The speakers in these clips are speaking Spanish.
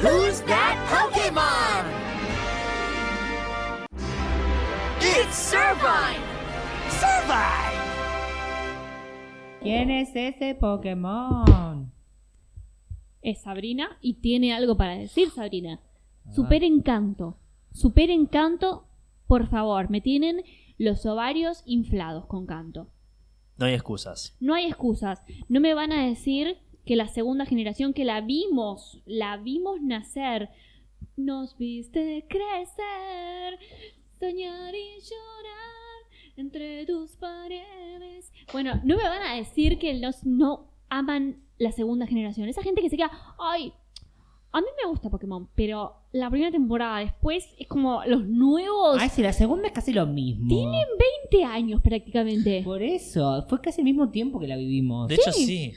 Who's that Pokemon? It's Servine! Servine! ¿Quién es ese Pokémon? Es Sabrina y tiene algo para decir Sabrina. Super encanto. Super encanto, por favor. Me tienen los ovarios inflados con canto. No hay excusas. No hay excusas. No me van a decir que la segunda generación que la vimos, la vimos nacer, nos viste crecer, soñar y llorar entre tus paredes. Bueno, no me van a decir que los no aman la segunda generación. Esa gente que se queda, ay, a mí me gusta Pokémon, pero la primera temporada después es como los nuevos Ay, si la segunda Ah, es casi lo mismo. 20 años prácticamente. Por eso, fue casi el mismo tiempo que la vivimos. De hecho, sí.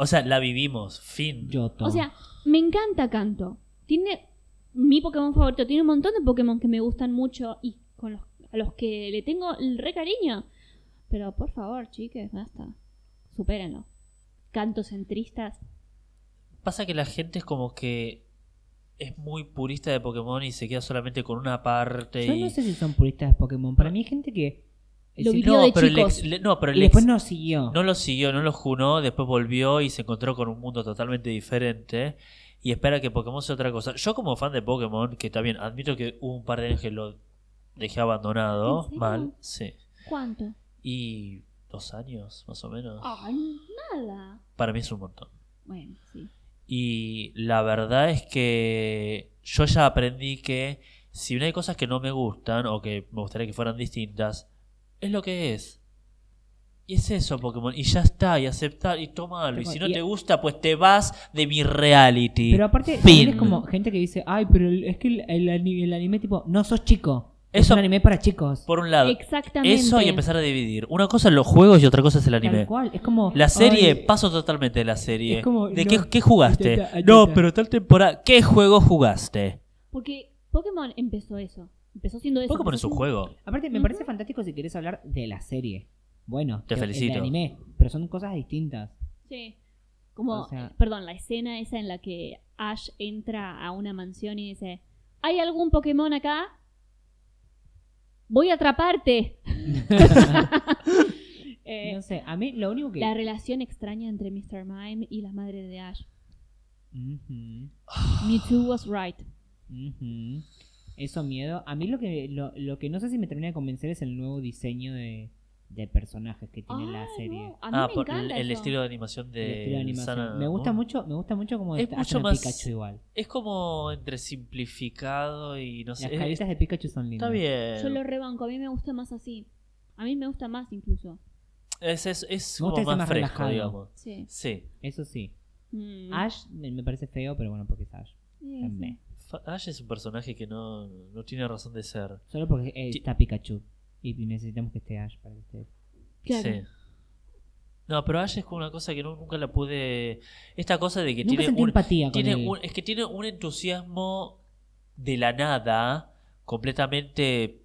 O sea, la vivimos. Fin. Yoto. O sea, me encanta Canto. Tiene mi Pokémon favorito. Tiene un montón de Pokémon que me gustan mucho y con los, a los que le tengo el re cariño. Pero por favor, chiques, basta. Supérenlo. Cantos centristas. Pasa que la gente es como que es muy purista de Pokémon y se queda solamente con una parte. yo y... no sé si son puristas de Pokémon. Para mí hay gente que Lo sí, vivió No, de pero el chicos. ex- le- no, pero el y después ex- no siguió. no lo siguió, no lo junó, después volvió y se encontró con un mundo totalmente diferente y espera que Pokémon sea otra cosa. Yo como fan de Pokémon, que también admito que hubo un par de años que lo dejé ¿En abandonado, serio? mal, sí. ¿Cuánto? Y dos años, más o menos. Ay, nada. Para mí es un montón. Bueno, sí. Y la verdad es que yo ya aprendí que si bien hay cosas que no me gustan o que me gustaría que fueran distintas, es lo que es. Y es eso, Pokémon. Y ya está, y aceptar, y tomalo. Y si no Y- te gusta, pues te vas de mi reality. Pero aparte, Fin. también es como gente que dice, ay, pero el- es que el, el ani- el anime tipo, no sos chico. es Eso- un anime para chicos. Por un lado, Exactamente. eso y empezar a dividir. Una cosa es los juegos y otra cosa es el Tal anime. cual, es como... La serie, "Ay, paso totalmente de la serie. Es como, ¿De no, qué, qué jugaste? ahí está, ahí no, está. pero tal temporada. ¿Qué juego jugaste? Porque Pokémon empezó eso. Empezó siendo eso. Pokémon es empezó un siendo- juego. Aparte, me parece fantástico si querés hablar de la serie. Bueno, Te que- felicito. El anime, pero son cosas distintas. Sí. Como, eh, O sea- perdón, la escena esa en la que Ash entra a una mansión y dice, ¿hay algún Pokémon acá? Voy a atraparte. Eh, No sé, a mí lo único que... La relación extraña entre Mr. Mime y la madre de Ash. Ujú, Me too was right. ujú. Eso miedo. A mí lo que, lo, lo que no sé si me termina de convencer es el nuevo diseño de, de personajes que tiene la Ah, serie. no, A mí ah, me por encanta el eso. estilo de animación El de, estilo de animación. Sana me gusta Moon. mucho, me gusta mucho como Es hacen mucho a más- Pikachu igual. Es como entre simplificado y no sé. Las es- caritas de Pikachu son lindas. está bien. Yo lo rebanco, a mí me gusta más así. A mí me gusta más incluso. Es, es, es Me gusta como ese más, más fresco, relajado. digamos. Sí. Sí. Eso sí. Mm. Ash me me parece feo, pero bueno, porque es Ash. Sí, sí. Meh. Fa- Ash es un personaje que no, no tiene razón de ser. Solo porque eh, Ti- está Pikachu. Y necesitamos que esté Ash para que esté. Claro. Sí. No, pero Ash es como una cosa que no- nunca la pude. Esta cosa de que Nunca tiene sentí un, empatía con tiene él. un- es que tiene un entusiasmo de la nada completamente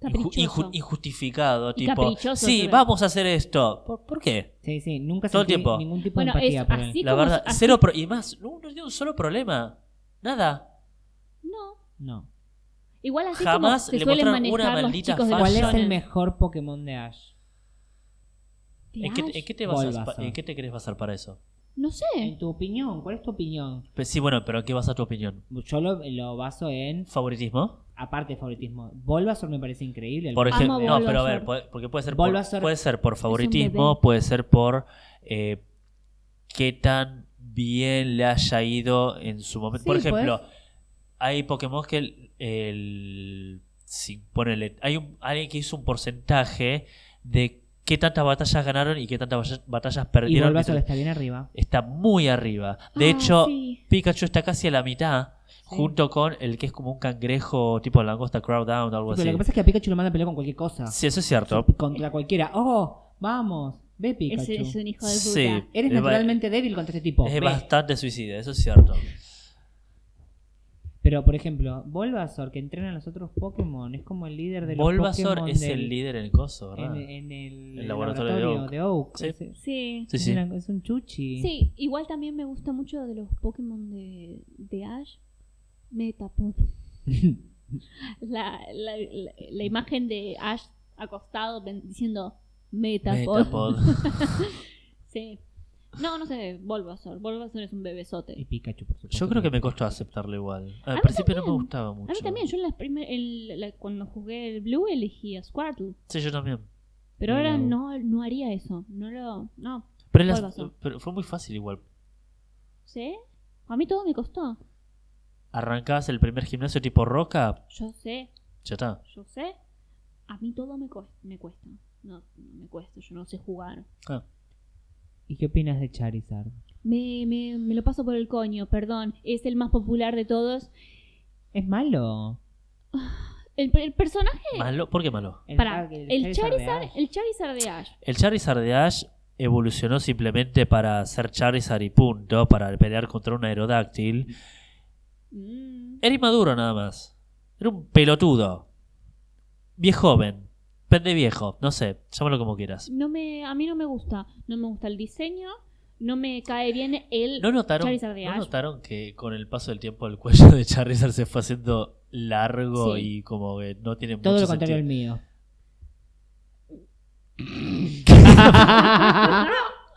inju- Caprichoso. inju- injustificado. Y tipo, caprichoso, sí, creo. vamos a hacer esto. ¿Por, por qué? Sí, sí, nunca Todo el sentí tiempo. ningún tipo Bueno, de empatía es por él. así. La como verdad, así- cero pro- y más, no, no tiene un solo problema. Nada. No. No. Igual así Jamás como se le suelen mostraron manejar una los maldita chicos de falla. los ¿Cuál es el shonen. mejor Pokémon de Ash? ¿De ¿En qué, Ash? en qué te vas a, Bulbasaur. ¿En qué te querés basar para eso? No sé. En tu opinión, ¿cuál es tu opinión? Pues sí, bueno, pero ¿en qué basa tu opinión? Yo lo, lo baso en, ¿Favoritismo? aparte de favoritismo, Bulbasaur me parece increíble. el Por Amo ejemplo, no, pero a ver, Bulbasaur. puede- porque puede ser por, Bulbasaur puede ser por bebé. favoritismo, puede ser por eh, qué tan bien le haya ido en su momento. Sí, por ejemplo, hay Pokémon que el, el- sí, ponele, hay un- alguien que hizo un porcentaje de qué tantas batallas ganaron y qué tantas batallas- batallas y perdieron. Bulbasaur está bien arriba. está muy arriba. De Ah, hecho, sí. Pikachu está casi a la mitad, junto con el que es como un cangrejo tipo langosta crowdown o algo Pero así. lo que pasa es que a Pikachu lo manda a pelear con cualquier cosa. Sí, eso es cierto. Contra cualquiera. ¡Oh! ¡Vamos! ¡Ve Pikachu! Ese es un hijo de puta. Sí, Eres es ba- naturalmente débil contra este tipo. es Ve. bastante suicida, eso es cierto. Pero, por ejemplo, Bulbasaur, que entrena a los otros Pokémon, es como el líder de los Bulbasaur Pokémon es del- el líder en el coso, ¿verdad? en, en el, El laboratorio de Oak. de Oak. Sí. Es, es Sí. Sí, sí. una- es un chuchi. Sí, igual también me gusta mucho de los Pokémon de, de Ash. Metapod. La, la, la, la imagen de Ash acostado ven- diciendo Metapod. Metapod. Sí. No, no sé, Bulbasaur. Bulbasaur es un bebesote. y Pikachu, por supuesto. Yo creo que me costó aceptarlo igual. A Al mí principio no me también. gustaba mucho. A mí también, yo en las primer, en la- cuando jugué el Blue elegí a Squirtle. Sí, yo también. Pero No. ahora no, no haría eso. No lo. No. Pero, las- Bulbasaur. pero fue muy fácil igual. ¿Sé? A mí todo me costó. Arrancabas el primer gimnasio tipo roca, Yo sé, ya está. yo sé. A mí todo me, cues- me cuesta. No, no me cuesta, yo no sé jugar. Ah, ¿Y qué opinas de Charizard? Me, me, me lo paso por el coño, perdón. Es el más popular de todos. Es malo. El, el personaje. malo, ¿por qué malo? El, Pará, ah, el de Charizard, Ash. el Charizard de Ash. El Charizard de Ash evolucionó simplemente para ser Charizard y punto, para pelear contra un aerodáctil. Mm. Era inmaduro nada más. Era un pelotudo. Viejo joven. Pende viejo, no sé, llámalo como quieras. No me, a mí no me gusta. No me gusta el diseño. No me cae bien el. ¿No notaron, Charizard de ¿no Ash. notaron que con el paso del tiempo el cuello de Charizard se fue haciendo largo Sí. y como que no tiene Todo mucho lo contrario al sentido?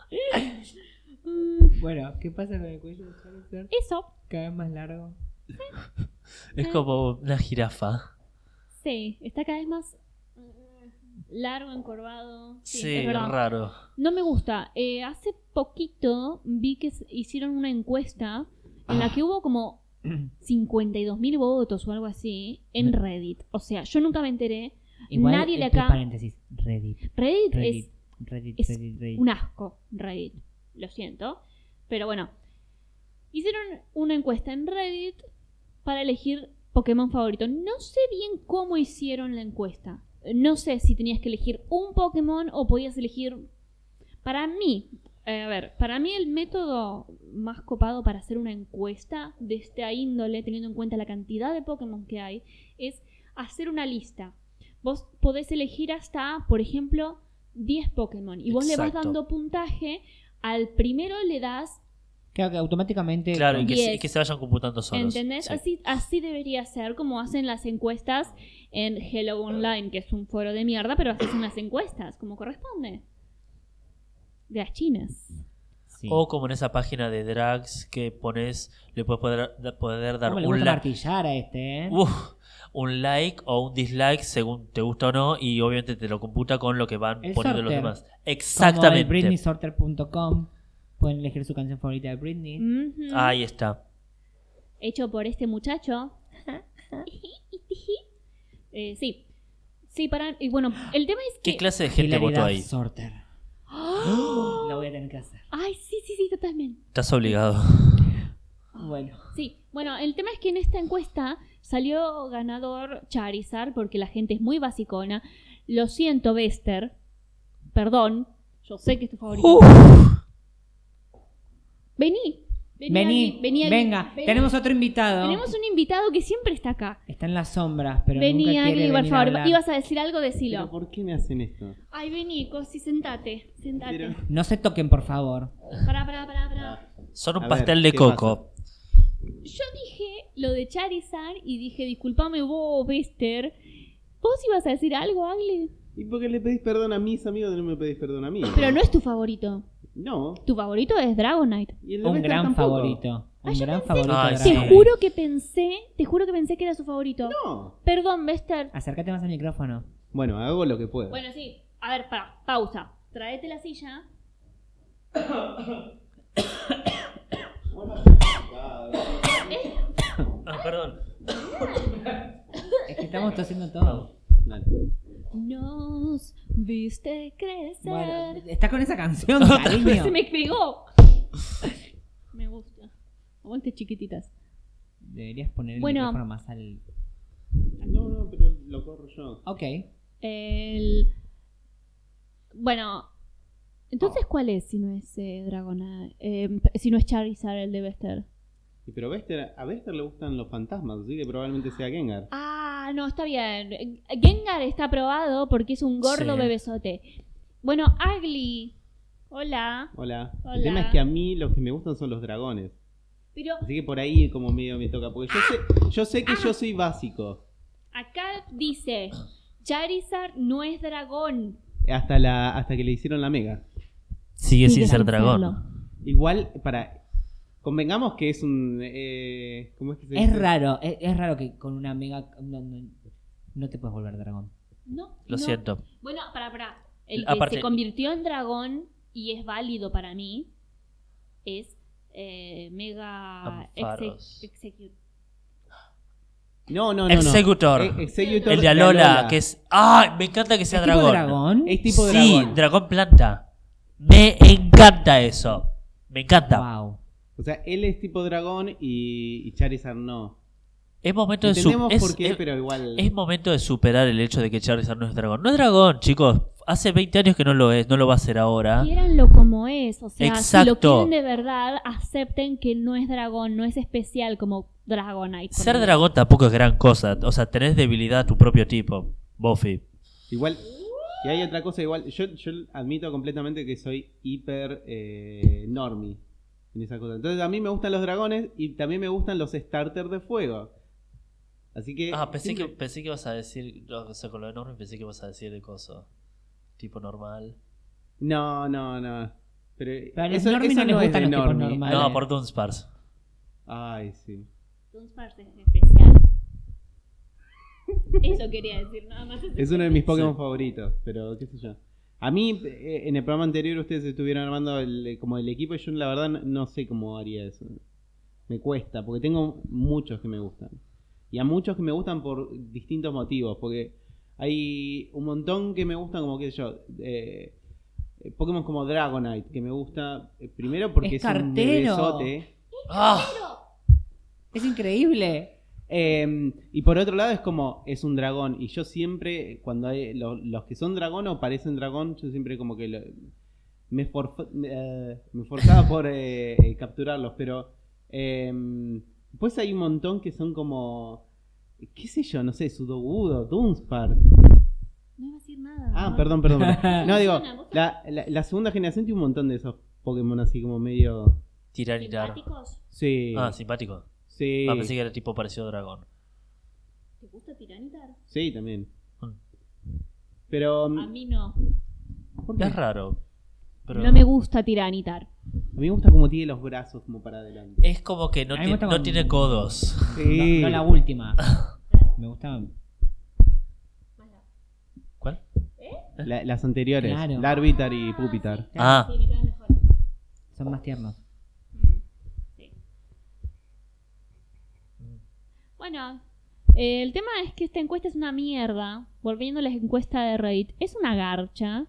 mío. Mm, Bueno, ¿qué pasa con el cuello de Charizard? eso. Cada vez más largo. Es como una jirafa. Sí, está cada vez más mm, largo, encorvado. Sí, Sí, es verdad. raro. No me gusta. Eh, hace poquito vi que s- hicieron una encuesta en la que hubo como 52.000 votos o algo así en Reddit. O sea, yo nunca me enteré. Igual, Nadie de eh, acá- Paréntesis. Reddit. Reddit, Reddit. Reddit, es Reddit, es Reddit. un asco, Reddit. Lo siento. Pero bueno, hicieron una encuesta en Reddit para elegir Pokémon favorito. No sé bien cómo hicieron la encuesta. No sé si tenías que elegir un Pokémon o podías elegir... Para mí, eh, a ver, para mí el método más copado para hacer una encuesta de esta índole, teniendo en cuenta la cantidad de Pokémon que hay, es hacer una lista. Vos podés elegir hasta, por ejemplo, 10 Pokémon y vos le vas Exacto. dando puntaje. Al primero le das Claro que automáticamente. Claro, y que, se, Diez. y que se vayan computando solos. ¿Entendés? Sí. Así, así debería ser, como hacen las encuestas en Hello Online, que es un foro de mierda, pero haces unas encuestas, como corresponde. De las chinas. Sí. O como en esa página de drags que pones, le puedes poder, da- poder dar Uh, ¿Cómo le un gusta like. martillar a este, eh? un like o un dislike según te gusta o no, y obviamente te lo computa con lo que van El poniendo los sorter. demás. Exactamente. Exactamente. BritneySorter.com. Pueden elegir su canción favorita de Britney. Ujú. Ahí está. Hecho por este muchacho. Eh, sí. Sí, para. Y bueno, el tema es que. ¿Qué clase de gente votó Hilaridad ahí? Sorter. La voy a tener que hacer. Ay, sí, sí, sí, totalmente. Estás obligado. Bueno. Sí, bueno, el tema es que en esta encuesta salió ganador Charizard porque la gente es muy basicona. Lo siento, Bester. Perdón, yo sé que es tu favorito. Vení, vení, Vení, Ali, vení, Ali, venga, vení. tenemos otro invitado. Tenemos un invitado que siempre está acá. Está en las sombras, pero vení, nunca quiere Ali, venir por a favor. hablar. Ibas a decir algo, decilo. Pero, ¿Por qué me hacen esto? Ay, vení, Cosi, sentate, sentate. Pero- No se toquen, por favor. Pará, pará, pará, pará. Son un A ver, pastel de ¿qué coco. Yo dije lo de Charizard y dije, disculpame vos, Bester. ¿Vos ibas a decir algo, Agli? ¿Y por qué le pedís perdón a mis amigos y no me pedís perdón a mí? Pero no es tu favorito. No. Tu favorito es Dragonite. Y el de Un Bester gran tampoco. favorito. Un Ah, yo gran favorito. Ay, de sí. Dragon Te Ball. juro que pensé, te juro que pensé que era su favorito. No. Perdón, Bester. Acércate más al micrófono. Bueno, hago lo que puedo. Bueno, sí. A ver, para, pausa. Traete la silla. Ah, perdón. Es que estamos tosiendo todo. Dale. Nos viste crecer. Bueno, estás con esa canción, cariño. Se me pegó. me gusta. Aguante chiquititas. Deberías poner el Bueno. micrófono más al. No, no, pero lo corro yo. Ok. El... Bueno, Em, entonces, ¿cuál es si no es eh, Dragona? Eh, si no es Charizard el de Bester. Sí, pero Vester- a Vester le gustan los fantasmas, así que probablemente sea Gengar. Ah, no, está bien. Gengar está aprobado porque es un gordo Sí. bebesote. Bueno, Agli. Hola. Hola. Hola. El tema es que a mí los que me gustan son los dragones. Pero Así que por ahí como medio me toca. Porque yo sé, yo sé que yo soy básico. acá dice, Charizard no es dragón. Hasta, la, hasta que le hicieron la mega. Sigue Sigue sin ser sin dragón. serlo. Igual, para. Convengamos que es un. Eh, ¿Cómo es que se dice? Es raro, es, es raro que con una mega. No, no- no te puedes volver dragón. No. Lo no. siento. Bueno, para, para. El L- que aparte- se convirtió en dragón y es válido para mí es eh, Mega Ampharos. Exec- Execute. No, no, no. no. Executor. Eh, Executor El de Alola, que es. ¡Ah! Me encanta que sea ¿Es tipo dragón. dragón? Es tipo sí, dragón. dragón planta. Me encanta eso. Me encanta. Wow. O sea, él es tipo dragón y, y Charizard no. Es momento de su- Entendemos es- por qué, es- pero igual. Es momento de superar el hecho de que Charizard no es dragón. No es dragón, chicos. Hace 20 años que no lo es, no lo va a ser ahora. Quieranlo como es, o sea, si lo Exacto. quieren de verdad, acepten que no es dragón, no es especial como Dragonite. por Ser ejemplo. dragón tampoco es gran cosa. O sea, tenés debilidad a tu propio tipo, Buffy. Igual. Y hay otra cosa igual. Yo, yo admito completamente que soy hiper eh, normie en esa cosa. Entonces a mí me gustan los dragones y también me gustan los starters de fuego. Así que. Ah, pensé que, siempre- pensé que ibas a decir. no, O sea, con lo enorme pensé que ibas a decir de coso. Tipo normal. No, no, no. Pero, Pero a los eso, normies eso no les no es gustan de los tipos normie. normales. No, Vale. por Dunspars. Ay, sí. Dunsparce es especial. Eso quería decir, nada más. Es uno de mis Pokémon Sí. favoritos, pero qué sé yo. A mí, eh, en el programa anterior, ustedes estuvieron armando el- eh, como el equipo y yo la verdad no- no sé cómo haría eso. Me cuesta, porque tengo muchos que me gustan. Y a muchos que me gustan por distintos motivos, porque hay un montón que me gustan, como qué sé yo. eh, eh, Pokémon como Dragonite, que me gusta eh, primero porque Es es, un cartero. bebesote. ¡Ah! Es increíble. Eh, y por otro lado es como, es un dragón. Y yo siempre, cuando hay lo- los que son dragón o parecen dragón, yo siempre como que lo- me, forf- me, eh, me forzaba por eh, eh, capturarlos. Pero eh, después hay un montón que son como, qué sé yo, no sé, Sudogudo, Dunspar. No iba a decir nada. Ah, ¿no? perdón, perdón. perdón. No, digo, Susana, ¿vos la, la- la segunda generación tiene un montón de esos Pokémon así como medio... Tirar y tirar. ¿Simpáticos? Sí, Ah, simpático. sí, Ah, pensé que era tipo parecido a dragón. ¿Te gusta tiranitar? sí, también. Mm. Pero... A mí no. ¿por qué? Es raro. Pero No me gusta tiranitar. A mí me gusta cómo tiene los brazos como para adelante. es como que no, A mí me ti- gusta no cuando- tiene codos. Sí. No, no la última. Me gusta. ¿Cuál? La- las anteriores. Claro. Larvitar y Pupitar. Ah. Sí, me quedan mejor. Son más tiernos. Mm, sí. Bueno, eh, el tema es que esta encuesta es una mierda. Volviendo a la encuesta de Reddit, es una garcha.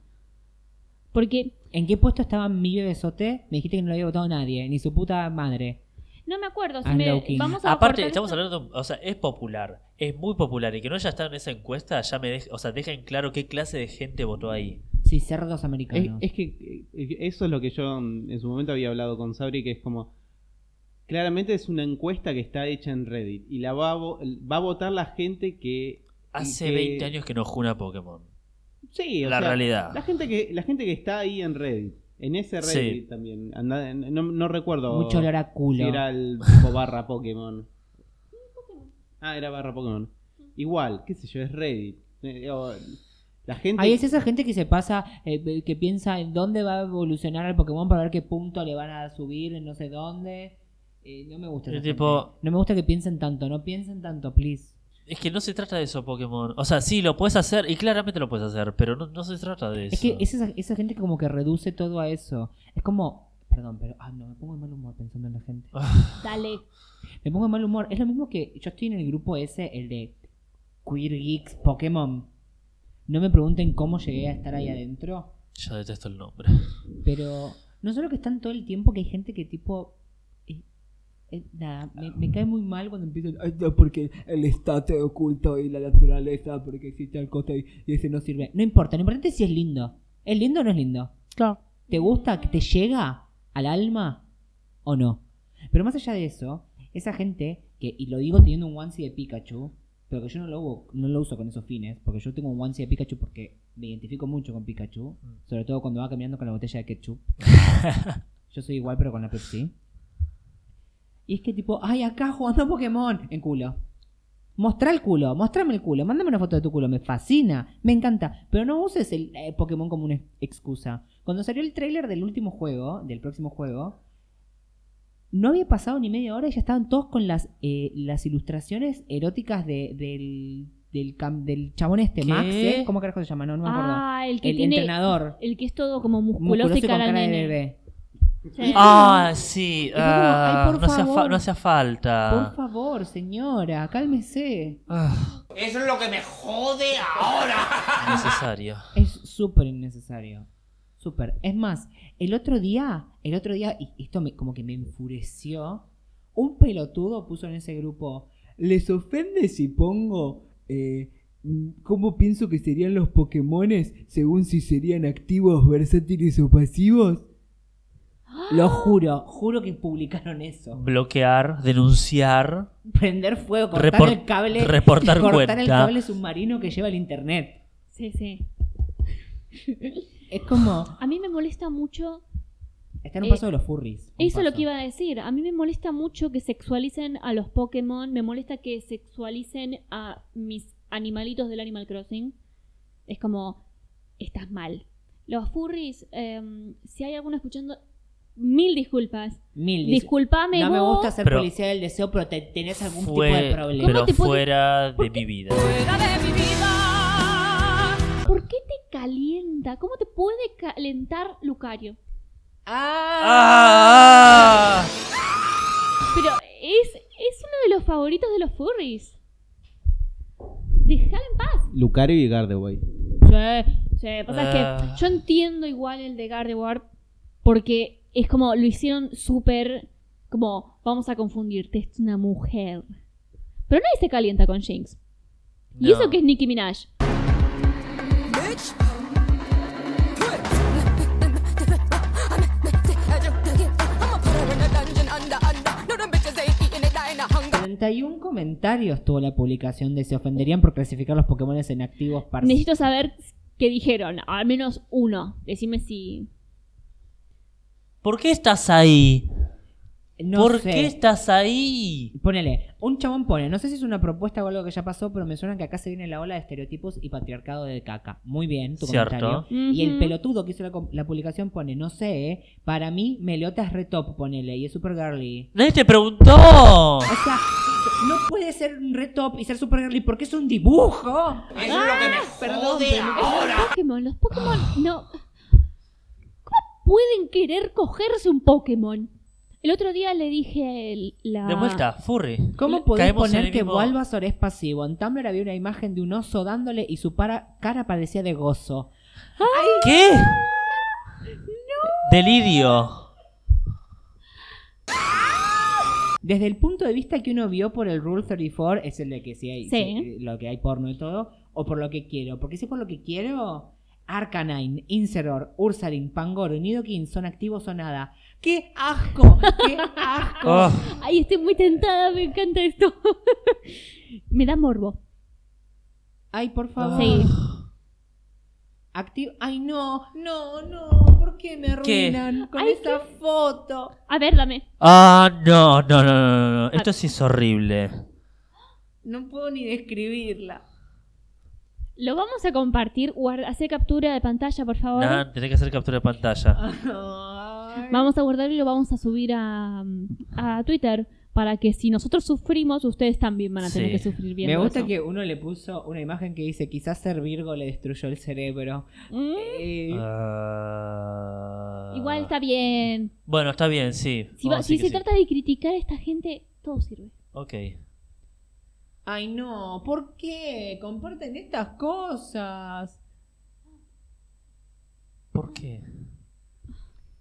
Porque ¿En qué puesto estaba mi bebesote? Me dijiste que no lo había votado nadie, ni su puta madre. no me acuerdo si Ah, me- Lowking. vamos a Aparte, cortar estamos esto. hablando, de un- o sea, es popular, es muy popular y que no haya estado en esa encuesta ya me deja, o sea, deja en claro qué clase de gente votó ahí. Sí, cerdos Es, americanos. es que eh, eso es lo que yo mm, en su momento había hablado con Sabri, que es como... Claramente es una encuesta que está hecha en Reddit y la va a, vo- va a votar la gente que... Hace que- 20 años que no juna Pokémon. Sí, o La sea, realidad. La gente, que, la gente que está ahí en Reddit. En ese Sí. Reddit también. Anda- no, no recuerdo Mucho olor a si culo. era el o barra Pokémon. Ah, era barra Pokémon. Igual, qué sé yo, es Reddit. Eh, o- La gente... Ahí es esa gente que se pasa, eh, que piensa en dónde va a evolucionar el Pokémon para ver qué punto le van a subir, en no sé dónde. Eh, no me gusta. esa Es tipo- gente. No me gusta que piensen tanto, no piensen tanto, please. Es que no se trata de eso Pokémon. O sea, sí, lo puedes hacer y claramente lo puedes hacer, pero no, no se trata de eso. Es que es esa, esa gente que como que reduce todo a eso. Es como, perdón, pero ah, no, me pongo de mal humor pensando en la gente. Dale. Me pongo de mal humor. Es lo mismo que yo estoy en el grupo ese, el de Queer Geeks Pokémon. No me pregunten cómo llegué a estar ahí adentro, Yo detesto el nombre. pero no solo que están todo el tiempo, que hay gente que tipo... eh, eh, Nada, me, me cae muy mal cuando empiezan "Ay, no, porque el estado oculto y la naturaleza, porque existe el coste y, y ese no sirve. No importa, lo importante es si es lindo. ¿Es lindo o no es lindo? Claro. ¿Te gusta? ¿Que te llega al alma o no? Pero más allá de eso, es esa gente que, y lo digo teniendo un onesie de Pikachu, pero que yo no lo, hago- no lo uso con esos fines, porque yo tengo un onesie de Pikachu porque me identifico mucho con Pikachu, Mm. sobre todo cuando va caminando con la botella de ketchup. yo soy igual, pero con la Pepsi. Y es que tipo, ay, acá jugando a Pokémon, en culo. Mostrá el culo, mostrame el culo, mándame una foto de tu culo, me fascina, me encanta. Pero no uses el eh, Pokémon como una ex- excusa. Cuando salió el tráiler del último juego, del próximo juego, no había pasado ni media hora y ya estaban todos con las, eh, las ilustraciones eróticas de- del, del, cam- del chabón este, ¿Qué? Max, ¿eh? ¿cómo carajo se llama? No, no me acuerdo. Ah, el que el tiene. entrenador, El que es todo como musculoso, musculoso y y con cara, cara de nene. bebé. Sí. Ah, sí. como, ah, ay, por no, hacía fa- favor. no hacía falta. Por favor, señora, cálmese. Ah, Eso es lo que me jode ahora. necesario. Es súper innecesario. Súper. Es más, el otro día, el otro día, y esto me, como que me enfureció, un pelotudo puso en ese grupo, ¿les ofende si pongo eh, mm, cómo pienso que serían los Pokémones según si serían activos, versátiles o pasivos? Lo juro, juro que publicaron eso. Bloquear, denunciar, Prender fuego, cortar Repor- el cable, reportar cortar cuenta. el cable submarino que lleva el internet. Sí, sí. Es como. A mí me molesta mucho. Está en un Eh, paso de los furries. un Eso es lo paso. que iba a decir. A mí me molesta mucho que sexualicen a los Pokémon. Me molesta que sexualicen a mis animalitos del Animal Crossing. Es como. Estás mal. Los furries, em, si hay alguno escuchando, mil disculpas. Mil dis- Disculpame, No me vos. gusta ser Pero- policía del deseo, pero te- tenés algún tipo de Fue, problema. pero te puede- fuera de mi vida. ¿Por qué te calienta? ¿Cómo te puede calentar Lucario? Ah, ah. Pero es, es uno de los favoritos de los furries. Dejalo en paz. Lucario y Gardevoir. Sí, sí. Pasa Ah. que yo entiendo igual el de Gardevoir porque es como lo hicieron súper como vamos a confundirte, es una mujer. Pero nadie se calienta con Jinx. Y No. eso que es Nicki Minaj. Bitch. 31 comentarios tuvo la publicación de se ofenderían por clasificar los Pokémon en activos par- Necesito saber qué dijeron, al menos uno. Decime si. ¿Por qué estás ahí? No ¿Por sé. qué estás ahí? Ponele, un chabón pone, no sé si es una propuesta o algo que ya pasó, pero me suena que acá se viene la ola de estereotipos y patriarcado de caca. Muy bien, tu Cierto. comentario. Y el Ujú. pelotudo que hizo la, com- la publicación pone, no sé, eh, para mí Melota es re top, ponele, y es super girly. Nadie te preguntó. O sea, no puede ser un re top y ser super girly porque es un dibujo. Eso es lo que me Perdón, jode pero- ahora. Pokémon, los Pokémon no. ¿Cómo pueden querer cogerse un Pokémon? El otro día le dije el- la. De vuelta, Furry. ¿Cómo podés Caemos en poner el que mismo- Bulbasaur es pasivo? En Tumblr había una imagen de un oso dándole y su para- cara parecía de gozo. ¿Qué? Delirio. Desde el punto de vista que uno vio por el Rule 34, es el de que si hay Sí. si- lo que hay porno y todo, o por lo que quiero. Porque si por lo que quiero, Arcanine, Inceror, Ursaring, Pangoro y Nidoking son activos o nada. ¡Qué asco! ¡Qué asco! Oh, Ay, estoy muy tentada, me encanta esto. me da morbo. Ay, por favor. Sí. Acti- Ay, no, no, no. ¿Por qué me ¿Qué? arruinan con Ay, esa foto? A ver, dame. Ah, no, no, no, no, Ah. no, no. Esto sí es horrible. No puedo ni describirla. Lo vamos a compartir. Guarda, hacer captura de pantalla, por favor. Nah, tenés que hacer captura de pantalla. Ah, Ay. Vamos a guardarlo y lo vamos a subir a, a Twitter para que si nosotros sufrimos, ustedes también van a tener Sí. que sufrir bien. Me gusta que uno le puso una imagen que dice, quizás ser Virgo le destruyó el cerebro. Eh, Ah. Mm, Igual está bien. Bueno, está bien, sí. Si, va- Vamos a si decir se que sí. trata de criticar a esta gente, todo sirve. Ok. Ay, no, ¿por qué? Comparten estas cosas. ¿Por qué?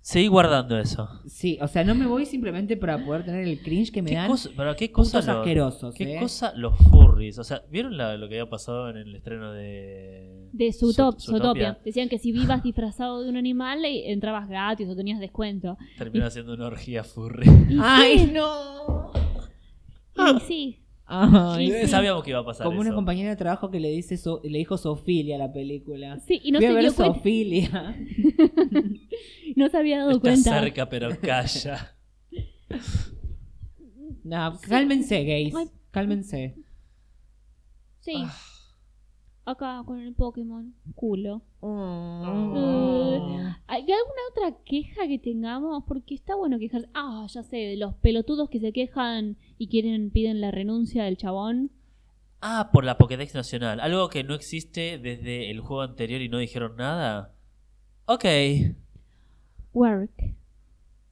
Seguí guardando eso. Sí, o sea, no me voy simplemente para poder tener el cringe que me ¿Qué dan. cosa, pero qué cosa Cosas lo- asquerosos. qué eh. cosa los furries? O sea, ¿vieron la- lo que había pasado en el estreno de De Zo- Zootop- Zootopia. Decían que si vivas disfrazado de un animal, eh, entrabas gratis o tenías descuento. Terminó haciendo una orgía furry. Ay, no. Ah. Y sí. Ay, Sí, sí. Sabíamos que iba a pasar como una eso. compañera de trabajo que le dice so- le dijo Sofilia a la película. Sí, y no Voy a se ver dio cuenta. Sofilia. No se había dado Está cuenta. cerca, pero calla. No, cálmense, gays. Ay. Cálmense. Sí. Acá con el Pokémon. Culo. Mm. ¿Hay alguna otra queja que tengamos? Porque está bueno quejarse. Ah, ya sé, de los pelotudos que se quejan y quieren, piden la renuncia del chabón. Ah, por la Pokédex Nacional. Algo que no existe desde el juego anterior y no dijeron nada. Ok. Work.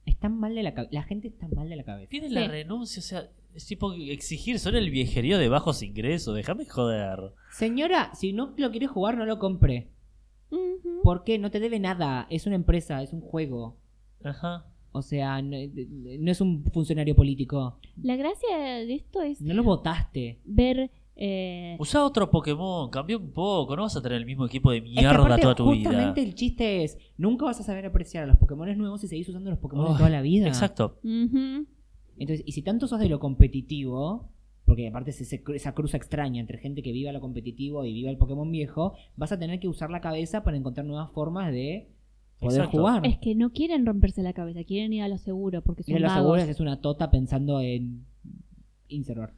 Están mal de la cabeza. La gente está mal de la cabeza. Piden la Sí. renuncia, o sea, es tipo exigir, son el viejerío de bajos ingresos, déjame joder. Señora, si no lo quieres jugar, no lo compré. Ujú. ¿Por qué? No te debe nada. Es una empresa, es un juego. Ajá. O sea, no, eh, no es un funcionario político. La gracia de esto es No lo votaste. ver. eh, Usa otro Pokémon, cambia un poco, no vas a tener el mismo equipo de Es que mierda aparte, toda tu vida. justamente el chiste es, nunca vas a saber apreciar a los Pokémon nuevos si seguís usando los Pokémon Oh, toda la vida. Exacto. ujú. Entonces, y si tanto sos de lo competitivo, porque aparte es ese- esa cruza extraña entre gente que viva lo competitivo y viva el Pokémon viejo, vas a tener que usar la cabeza para encontrar nuevas formas de poder Exacto. jugar. Es que no quieren romperse la cabeza, quieren ir a lo seguro porque Y son lo vagos. seguro es que es una tota pensando en Inseror.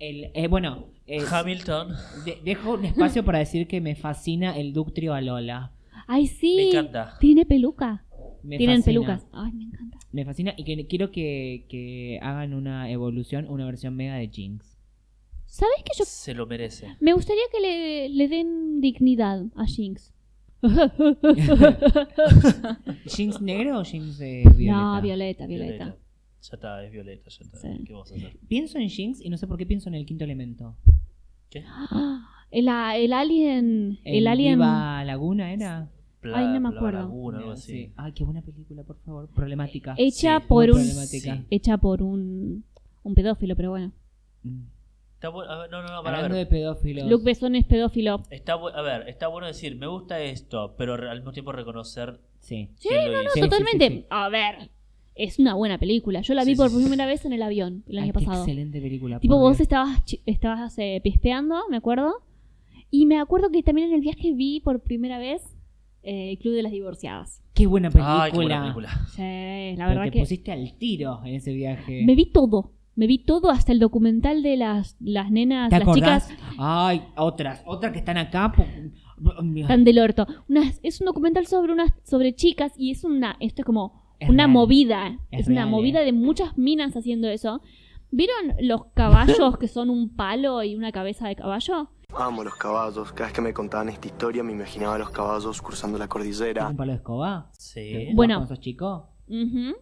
El, eh, bueno, eh, Hamilton, de- dejo un espacio para decir que me fascina el Ductrio a Lola. Ay, sí. me encanta. Tiene peluca. Me Tienen fascina. pelucas. Ay, me encanta. Me fascina y que quiero que, que hagan una evolución, una versión mega de Jinx. ¿Sabes que yo Se lo merece. Me gustaría que le, le den dignidad a Jinx. ¿Jeans negro o jeans eh, violeta? No, Violeta, Violeta. Ya está, es Violeta, ya está. Sí. ¿Qué vamos a hacer? Pienso en jeans y no sé por qué pienso en el quinto elemento. Ah, El, a- el alien. El, ¿En alien. Viva Laguna era? Pla- Ay, no me Pla- acuerdo. Laguna, algo así. Sí. Ay, qué buena película, por favor. Problemática. Hecha Sí, por muy un. problemática. sí. Hecha por un. Un pedófilo, pero bueno. Mm. Está bueno, a ver, no, no, no, para Hablando ver. de pedófilos. Luke Besson es pedófilo. Está, bu- a ver, está bueno decir, me gusta esto, pero re- al mismo tiempo reconocer Sí. quién lo No, hizo. sí, totalmente. sí, sí. A ver. Es una buena película. Yo la Sí, vi sí, por sí, primera vez en el avión el Ay, año qué pasado. excelente película. Tipo, por vos Dios. estabas, chi- estabas eh, pispeando, me acuerdo. Y me acuerdo que también en el viaje vi por primera vez eh, el Club de las Divorciadas. Qué buena película. Ay, qué buena película. Sí, la Pero verdad te que pusiste al tiro en ese viaje. me vi todo. Me vi todo, hasta el documental de las, las nenas, ¿Te las acordás? chicas Ay, otras. Otras que están acá. po- tan del orto. Unas- es un documental sobre unas sobre chicas y es una esto es como Es una real. movida, Es es, una real, movida eh. de muchas minas haciendo eso. ¿Vieron los caballos que son un palo y una cabeza de caballo? Amo los caballos. Cada vez que me contaban esta historia me imaginaba a los caballos cruzando la cordillera. ¿Un palo de escoba? ¿Te Sí. jugás Bueno. con esos chicos? Ujú.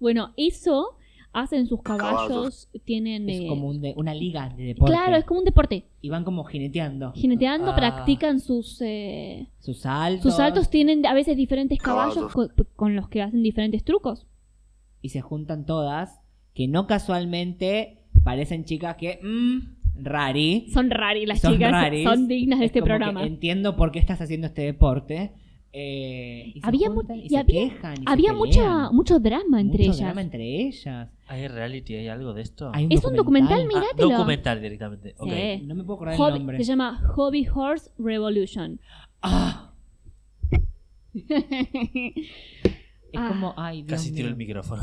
Bueno, eso hacen sus caballos, Caballos. tienen eh, Es como un de- una liga de deporte. claro, es como un deporte. Y van como jineteando. Jineteando Ah. practican sus eh, Sus saltos. Sus saltos tienen a veces diferentes caballos Caballos. co- con, los que hacen diferentes trucos. Y se juntan todas. Que no casualmente parecen chicas que. mm, rari. Son rari las Son chicas, raris. son dignas de Es este como que programa. Entiendo por qué estás haciendo este deporte. Eh, y se Había juntan mu- y y se había- quejan y se Había mucha, pelean. mucho drama entre Mucho ellas. drama entre ellas. ¿Hay reality? ¿Hay algo de esto? Hay Es un documental, Ah, mirátelo. documental directamente. ok. Sí. No me puedo acordar Hobby- el nombre. se llama Hobby Horse Revolution. Ah, y es Ah. como. Ay, Dios Casi tiro mío. el micrófono.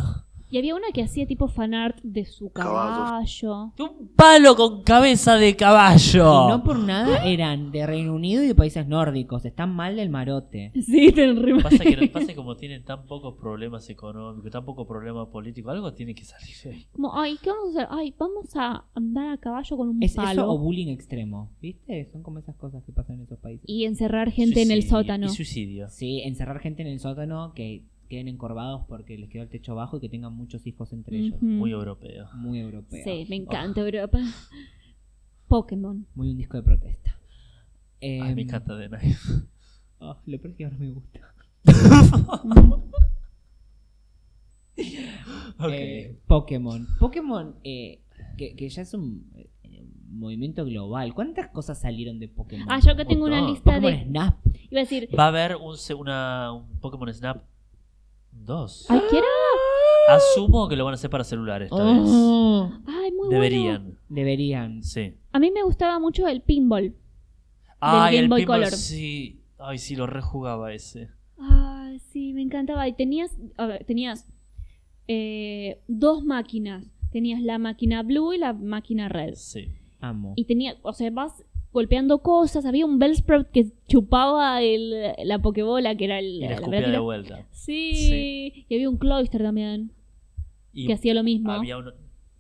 había una que hacía tipo fanart de su Caballos. caballo. Un palo con cabeza de caballo. Y no por nada eran de Reino Unido y de países nórdicos. Están mal del marote. Sí, te enrima. Pasa que pasa que como tienen tan pocos problemas económicos, tan poco problema político, algo tiene que salir de ahí. Como, ay, ¿qué vamos a hacer? Ay, vamos a andar a caballo con un Es eso o palo. bullying extremo. ¿Viste? Son como esas cosas que pasan en esos países. Y encerrar gente en el Suicidio. sótano. Y suicidio. Sí, encerrar gente en el sótano que queden encorvados porque les quedó el techo bajo y que tengan muchos hijos entre ellos. Ujú. Muy europeo. Muy Oh. europeo. Sí, me encanta Europa. Pokémon. Muy un disco de protesta. Eh, Ay, me encanta de Knife. oh, lo peor es que ahora me gusta. Ok. Eh, Pokémon. Pokémon, eh, que, que ya es un eh, movimiento global. ¿Cuántas cosas salieron de Pokémon? Ah, yo acá tengo una montón. lista Oh, Pokémon de. Snap. Iba a decir, Va a haber un, se- una, un Pokémon Snap 2. Ay, quiero, Asumo que lo van a hacer para celular esta vez. Oh, Ay, muy Deberían, bueno. deberían. sí. A mí me gustaba mucho el pinball. Ay, Game el Boy pinball, Color. sí. Ay, sí, lo rejugaba ese. Ay, sí, me encantaba. Y tenías, a ver, tenías eh, dos máquinas. Tenías la máquina blue y la máquina red. Sí. Amo. Y tenía, o sea, vas golpeando cosas. Había un Bellsprout que chupaba el- la pokebola, que era el... Y la la escupía de verdadera- vuelta. sí. Sí. y había un Cloister también, Y que hacía lo mismo. había uno.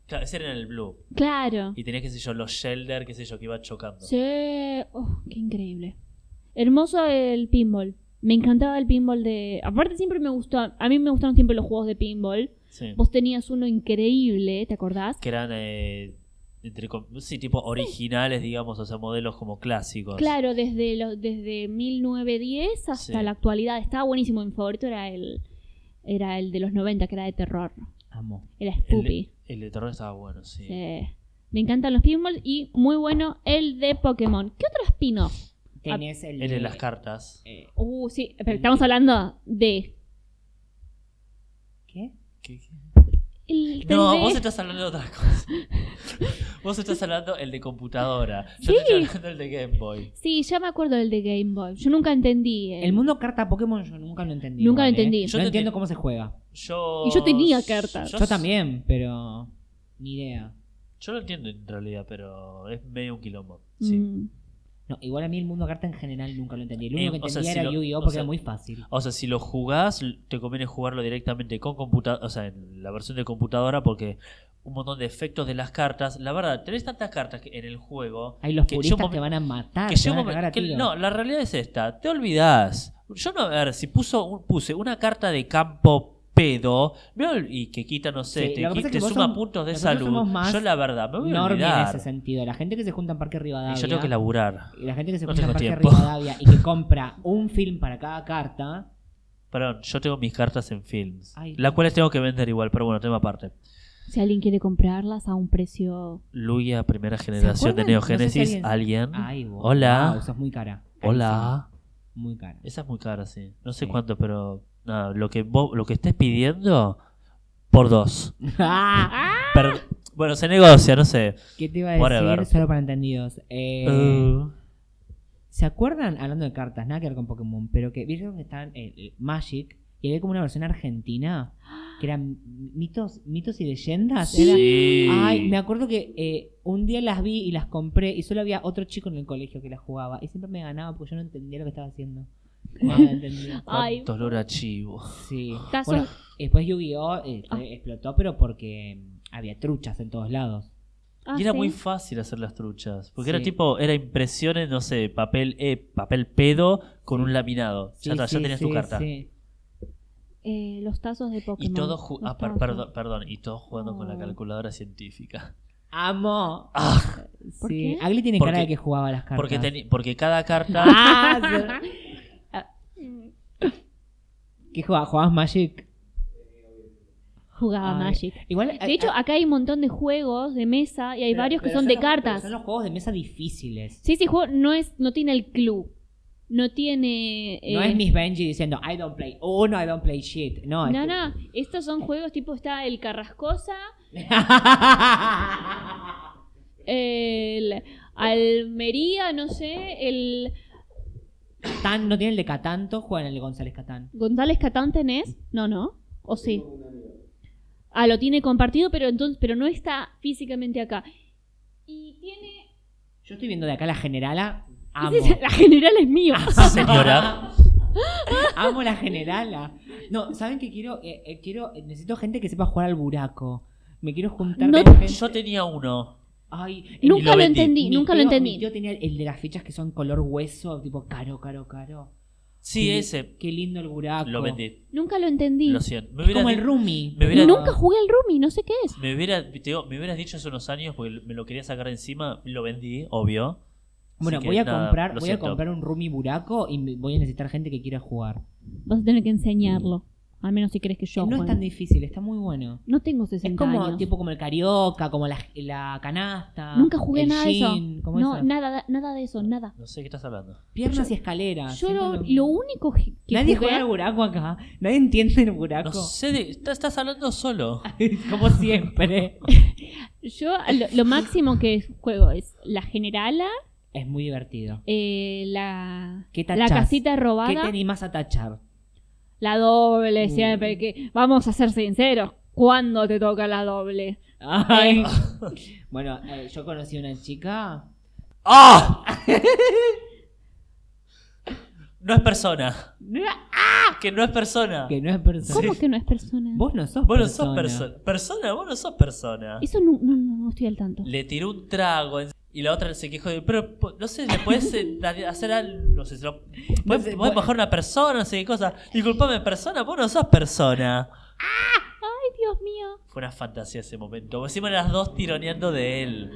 Claro, ese era en el blue. Claro. Y tenía, qué sé yo, los shelter, qué sé yo, que iba chocando. Sí, oh, qué increíble. Hermoso el pinball. Me encantaba el pinball de... Aparte siempre me gustó... A mí me gustaron siempre los juegos de pinball. Sí. Vos tenías uno increíble, ¿te acordás? Que eran, eh, entre com- sí, tipo originales, digamos, o sea, modelos como clásicos. Claro, desde, lo- desde 1910 hasta Sí. la actualidad. Estaba buenísimo. Mi favorito era el, era el de los 90, que era de terror. Amo. Era El Spoopy. de, el de terror estaba bueno, sí. Sí. Me encantan los pinball y muy bueno el de Pokémon. ¿Qué otro spin-off? Tenés el. El de de- las cartas. eh, Uh, sí, pero estamos hablando de... ¿Qué? ¿Qué- qué? el No, 3D. vos estás hablando de otra cosa. vos estás hablando el de computadora. Yo Sí. estoy hablando el de Game Boy. Sí, ya me acuerdo del de Game Boy. Yo nunca entendí. el- El mundo carta Pokémon yo nunca lo entendí. Nunca lo igual, ¿eh? entendí. Yo No entendí- entiendo cómo se juega. Yo. Y yo tenía cartas. Yo, también, pero. Ni idea. Yo lo entiendo en realidad, pero es medio un quilombo. Sí. Mm. No, igual a mí el mundo carta en general nunca lo entendí. Lo Eh, único que o sea, entendía si era lo- Yu-Gi-Oh! o porque sea- era muy fácil. O sea, si lo jugás, te conviene jugarlo directamente con computadora, o sea, en la versión de computadora, porque un montón de efectos de las cartas. La verdad, tenés tantas cartas que- en el juego. Hay los que puristas llega un te van a matar, que Ah, te llega un van a momen- cagar a que- tiro. no, la realidad es esta. Te olvidás. Yo no, a ver, si puso un- puse una carta de campo pedo me ol- y que quita, no sé, Sí, te, lo que qui- pasa es te que vos suma son- puntos de nosotros salud. somos más Yo la verdad, me voy a Normie en ese olvidar. sentido. La gente que se junta en Parque Rivadavia. Y yo tengo que laburar. y la gente que se No junta en tengo Parque tiempo. Rivadavia y que compra un film para cada carta. Perdón, yo tengo mis cartas en films. Ay. las cuales tengo que vender igual, pero bueno, tema aparte. Si alguien quiere comprarlas a un precio. Luya, primera generación de acuerdan? Neo No sé si Genesis. alguien- ¿Alguien? Ay, vos. Hola. Wow, sos muy cara. Hola. Carísima. Muy cara. Esa es muy cara, sí. No sé Sí. cuánto, pero nada, lo que vos, lo que estés pidiendo por dos. Ah, Per- bueno, se negocia, no sé. ¿Qué te iba a decir? Whatever. Solo para entendidos. Eh, Uh, ¿Se acuerdan, hablando de cartas, nada que ver con Pokémon, pero que vieron que estaban eh, eh, Magic y había como una versión argentina que eran mitos, mitos y leyendas? Era- sí. Ay, me acuerdo que eh, un día las vi y las compré y solo había otro chico en el colegio que las jugaba y siempre me ganaba porque yo no entendía lo que estaba haciendo. No la entendía. Ay. Cuánto olor a chivo. Sí. Caso- Bueno, después Yu-Gi-Oh! eh, Ah. explotó, pero porque había truchas en todos lados. Ah, y era sí. muy fácil hacer las truchas. Porque era Sí. tipo, era impresiones, no sé, papel eh, papel pedo con un laminado. Sí, ya está, ya sí, tenías sí, tu carta. sí. Eh, los tazos de Pokémon. Y todos ju- Los ah, per- tazos. perdón, perdón, y todos jugando con la Oh. calculadora científica. Amo. ¿Por sí. qué? Agli tiene Ah. Porque- cara de que jugaba las cartas. Porque, teni- porque cada carta. Ah, sí. Ah. ¿Qué jugabas? ¿Jugabas Magic? Jugaba Ah, Ay. Magic. Igual. Eh, ah, De hecho, acá hay un montón de juegos de mesa y hay varios que son de cartas. Son los juegos de mesa difíciles. Sí, sí, juego no, es, no tiene el club. No tiene. No eh, es Miss Benji diciendo I don't play uno, I don't play shit. No, es No, este. que- no. Estos son juegos tipo está el Carrascosa, el Almería, no sé, el Catán, no tiene el de Catanto, juegan el de González Catán. González Catán tenés? No, no. ¿O sí? Ah, lo tiene compartido, pero entonces, pero no está físicamente acá. Y tiene. Yo estoy viendo de acá la generala. Amo. Ah, La general es mío. Ah, Señora. Amo la generala. No, ¿saben qué quiero? Eh, eh, quiero eh, necesito gente que sepa jugar al buraco. Me quiero juntar No- con gente. Yo tenía uno. Ay, Y Nunca lo lo vendí. mi entendí, nunca lo tío- entendí. Mi tío tenía el de las fichas que son color hueso, tipo caro, caro, caro. Sí, Qué- ese. Qué lindo el buraco. Lo vendí. Nunca lo entendí. Lo siento. Me Ah, Es hubieras, como el di- Rumi. me hubiera- Nunca jugué al Rumi, no sé qué es. me, hubiera- te digo, me hubieras dicho hace unos años porque me lo quería sacar de encima. Lo vendí, obvio. Bueno, Así que voy a nada, comprar, lo voy siento. a comprar un Rumi buraco y me- voy a necesitar gente que quiera jugar. Vas a tener que enseñarlo. Al menos si crees que yo no es juegue. tan difícil, está muy bueno. No tengo 60 Es como años. Ah, tipo como el carioca, como la, la canasta. Nunca jugué el nada de eso. gin, ¿cómo No, es? nada, nada de eso, nada. No sé de qué estás hablando. Piernas y escaleras. Yo lo, Ah, siempre lo único que Nadie jugué- juega al buraco acá. Nadie entiende el buraco. No sé de... está- Estás hablando solo. como siempre. Yo a lo, lo máximo que juego es la generala, es muy divertido. eh, la, ¿Qué la tachás? casita ¿Qué te robada, animas a tachar? la doble Mm. siempre. Que, vamos a ser sinceros, ¿cuándo te toca la doble? Ay. Eh. bueno, eh, yo conocí una chica. ¡Ah! No es persona. Que no es persona. ¡Ah! Que no es persona. ¿Cómo que no es persona? Vos no sos Vos no persona. sos persona. Persona, vos no sos persona. Eso no, no, no, no estoy al tanto. Le tiró un trago en- y la otra se quejó de. Pero po- no sé, le podés eh, dar- hacer algo. No sé, se lo. Podés, sé, podés po- bajar una persona, no sé qué cosa. Disculpame, persona, vos no sos persona. Ay, Dios mío. Fue una fantasía ese momento. Encima las dos tironeando de él.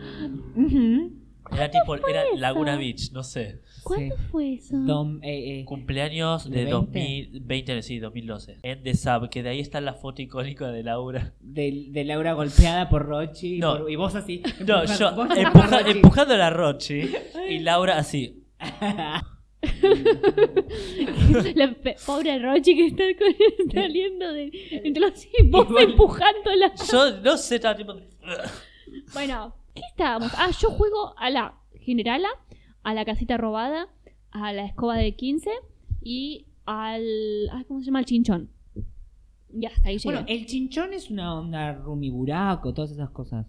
Ujú. Era tipo. Era eso? Laguna Beach, no sé. ¿Cuánto Sí. fue eso? Dom- eh, eh, Cumpleaños ¿De de 20? 2020, sí, 2012. En The Sub, que de ahí está la foto icónica de Laura. de, de Laura golpeada por Rochi. y No. por- y vos así. No, empujar- yo vos empuja- empujar a Rochi. empujando a la Rochi y Laura así. La pe- pobre Rochi que está con- saliendo de, entre los vos Igual. empujándola. Yo no sé, estaba tipo. Bueno, ¿qué estábamos? Ah, yo juego a la generala, a la casita robada, a la escoba de 15 y al. ay, ¿Cómo se llama? Al chinchón. Ya, hasta ahí llegué. Bueno, el chinchón es una onda rumiburaco, todas esas cosas.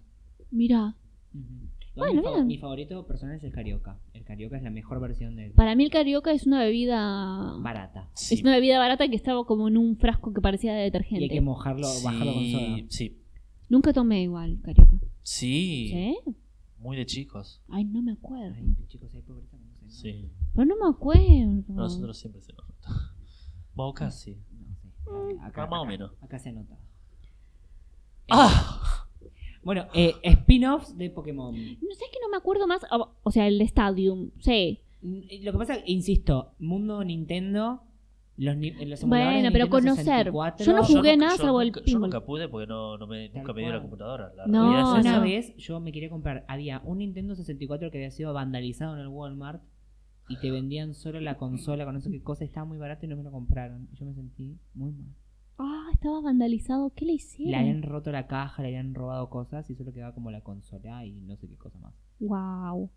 Mira, Ujú. Bueno, mi, fa- bien. mi favorito personal es el carioca. El carioca es la mejor versión del para mí el carioca es una bebida. barata. Sí. Es una bebida barata que estaba como en un frasco que parecía de Y hay que detergente. mojarlo, bajarlo con soda. Sí, sí. Nunca tomé igual carioca. Sí, ¿Sí? muy de chicos. Ay, no me acuerdo. Ay, chicos, hay pobreza que no se nota. Sí. Pero no me acuerdo. Nosotros siempre se nos nota. Bueno, casi. No sé. Acá, Más o acá- menos. Acá se anota. ¡Ah! Bueno, eh, spin-offs de Pokémon. Mm, No sé que no me acuerdo más. o- O sea, el de Stadium. Sí. y Lo que pasa, insisto, mundo Nintendo, los, ni- eh, los Bueno, emuladores pero Nintendo conocer. 64, Yo no Yo Jugué nunca- nada, yo salvo el nunca- Yo pinball. nunca pude porque no, no me, nunca me dio la cual. computadora. La No, realidad es Una esa. no. vez yo me quería comprar, había un Nintendo 64 que había sido vandalizado en el Walmart y te vendían solo la consola con no sé qué cosa, estaba muy barato y no me lo compraron. Y Yo me sentí muy mal. Ah, estaba vandalizado. ¿Qué le Le hicieron? habían roto la caja, le habían robado cosas y solo quedaba como la consola y no sé qué cosa más. Wow.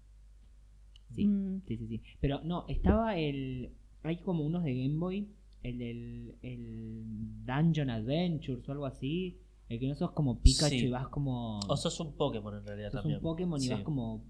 Sí, Mm. sí, sí, sí. Pero no, estaba el... Hay como unos de Game Boy, el del el Dungeon Adventures o algo así, el que no sos como Pikachu Sí. y vas como... O sos un Pokémon en realidad sos también. un Pokémon y Sí. vas como...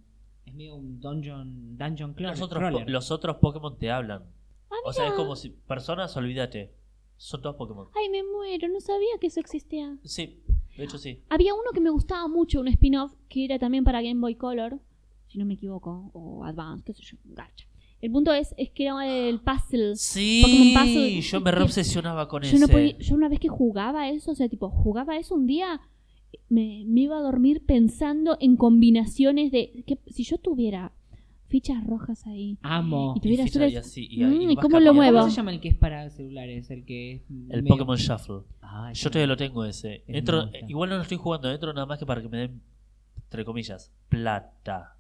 Es medio un dungeon, dungeon crawler. Los otros, crawler. po- los otros Pokémon te hablan. Ah, O sea, es como si. Personas, olvídate. Son todos Pokémon. Ay, me muero. No sabía que eso existía. Sí, de hecho sí. Había uno que me gustaba mucho, un spin-off, que era también para Game Boy Color, si no me equivoco, o Advance, qué sé yo, garcha. El punto es, es que era el puzzle. Pokémon Sí, Puzzle. yo me reobsesionaba con Yo, no ese. podía- yo una vez que jugaba eso, o sea, tipo, jugaba eso un día, me, me iba a dormir pensando en combinaciones de... Que, si yo tuviera fichas rojas ahí, Amo. Y tuviera ficha solo y es- así, y ahí Mm, ¿y vas cómo lo cambiando. muevo? ¿Cómo se llama el que es para celulares? El que es... El medio- Pokémon Shuffle. Ah, Yo todavía lo tengo ese. me Entro, gusta. igual no lo estoy jugando, entro nada más que para que me den, entre comillas, plata.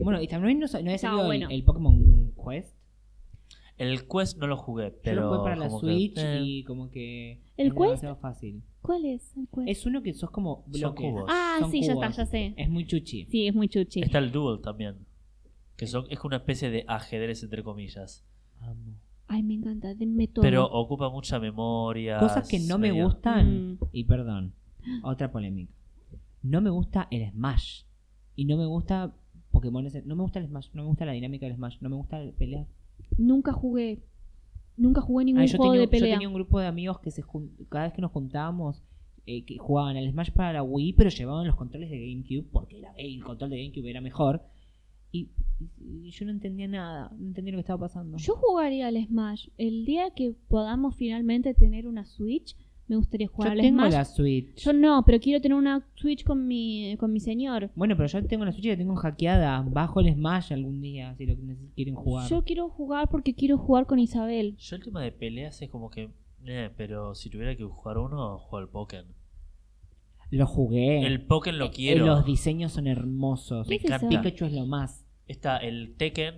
Bueno, y también no, sa- no había Está salido el- Ah, bueno. el, Pokémon Quest. El Quest no lo jugué, Yo pero. lo jugué para la como que, Switch eh, y como que ¿El es Quest? demasiado fácil. ¿cuál es? ¿Cuál? Es uno que sos como Son bloques. cubos. ah, son sí, ya está, cubos. ya sé. Es muy chuchi. Sí, es muy chuchi. Está el Duel también. Que son, es una especie de ajedrez, entre comillas. Amo. Ay, me encanta, denme todo. Pero ocupa mucha memoria. Cosas que no me medio- gustan. Mm. Y perdón, otra polémica. No me gusta el Smash. Y no me gusta Pokémon. ese- No me gusta el Smash. No me gusta la dinámica del Smash. No me gusta el pelear. Nunca jugué. Nunca jugué ningún Ah, yo, juego tenía, de yo pelea. tenía un grupo de amigos que se jun- cada vez que nos juntábamos eh, que jugaban al Smash para la Wii, pero llevaban los controles de GameCube porque la- el control de GameCube era mejor. Y, y yo no entendía nada, no entendía lo que estaba pasando. Yo jugaría al Smash. El día que podamos finalmente tener una Switch, me gustaría jugar Yo al tengo Smash. la Switch. Yo no, pero quiero tener una Switch con mi, con mi señor. Bueno, pero yo tengo la Switch y la tengo hackeada. Bajo el Smash algún día si lo neces- quieren jugar. Yo quiero jugar porque quiero jugar con Isabel. Yo el tema de peleas es como que Eh, pero si tuviera que jugar uno, juego al Pokémon. Lo jugué. El Pokémon Eh, lo Eh, quiero. los diseños son hermosos. ¿Qué es eso? encanta. Pikachu es lo más. Está el Tekken,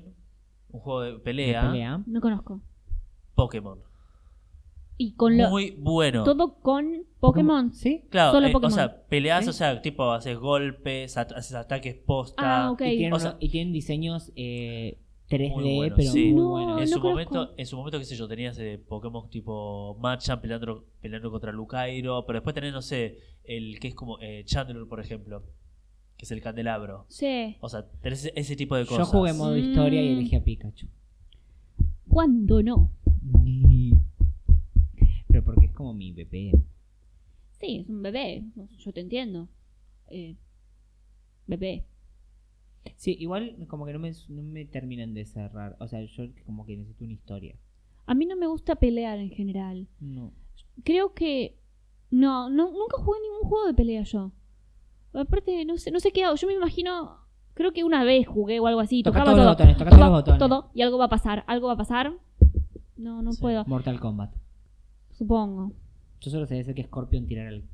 un juego de pelea, ¿La pelea? No conozco. Pokémon. Y con lo. Muy bueno. Todo con Pokémon. ¿Sí? Claro, Solo eh, Pokémon. o sea, peleas, ¿Sí? o sea, tipo haces golpes, at- haces ataques posta. Ah, ok. Y, tienen O sea- uno- y tienen diseños eh, 3D, Muy bueno, pero sí. muy No, buenos. En su conozco. momento, en su momento, qué sé yo, tenías eh, Pokémon tipo Machamp peleando, peleando contra Lucairo, pero después tenés, no sé, el que es como eh, Chandelure, por ejemplo, que es el candelabro. Sí. O sea, tenés ese- ese tipo de Yo cosas. jugué modo historia y Mm. elegí a Pikachu. ¿Cuándo no? Ni- Pero porque es como mi bebé. Sí, es un bebé. Yo te entiendo. Eh, bebé. Sí, igual como que no me, no me terminan de cerrar. O sea, yo como que necesito una historia. A mí no me gusta pelear en general. No. Creo que. No, no nunca jugué ningún juego de pelea yo. Aparte, no sé, no sé qué hago. Yo me imagino. Creo que una vez jugué o algo así. Toca tocaba todos los todo. botones, toca todos los Toca botones. Todo. Y algo va a pasar. Algo va a pasar. No, no Sí. puedo. Mortal Kombat. Supongo. Yo solo sé decir que Scorpion tirar el,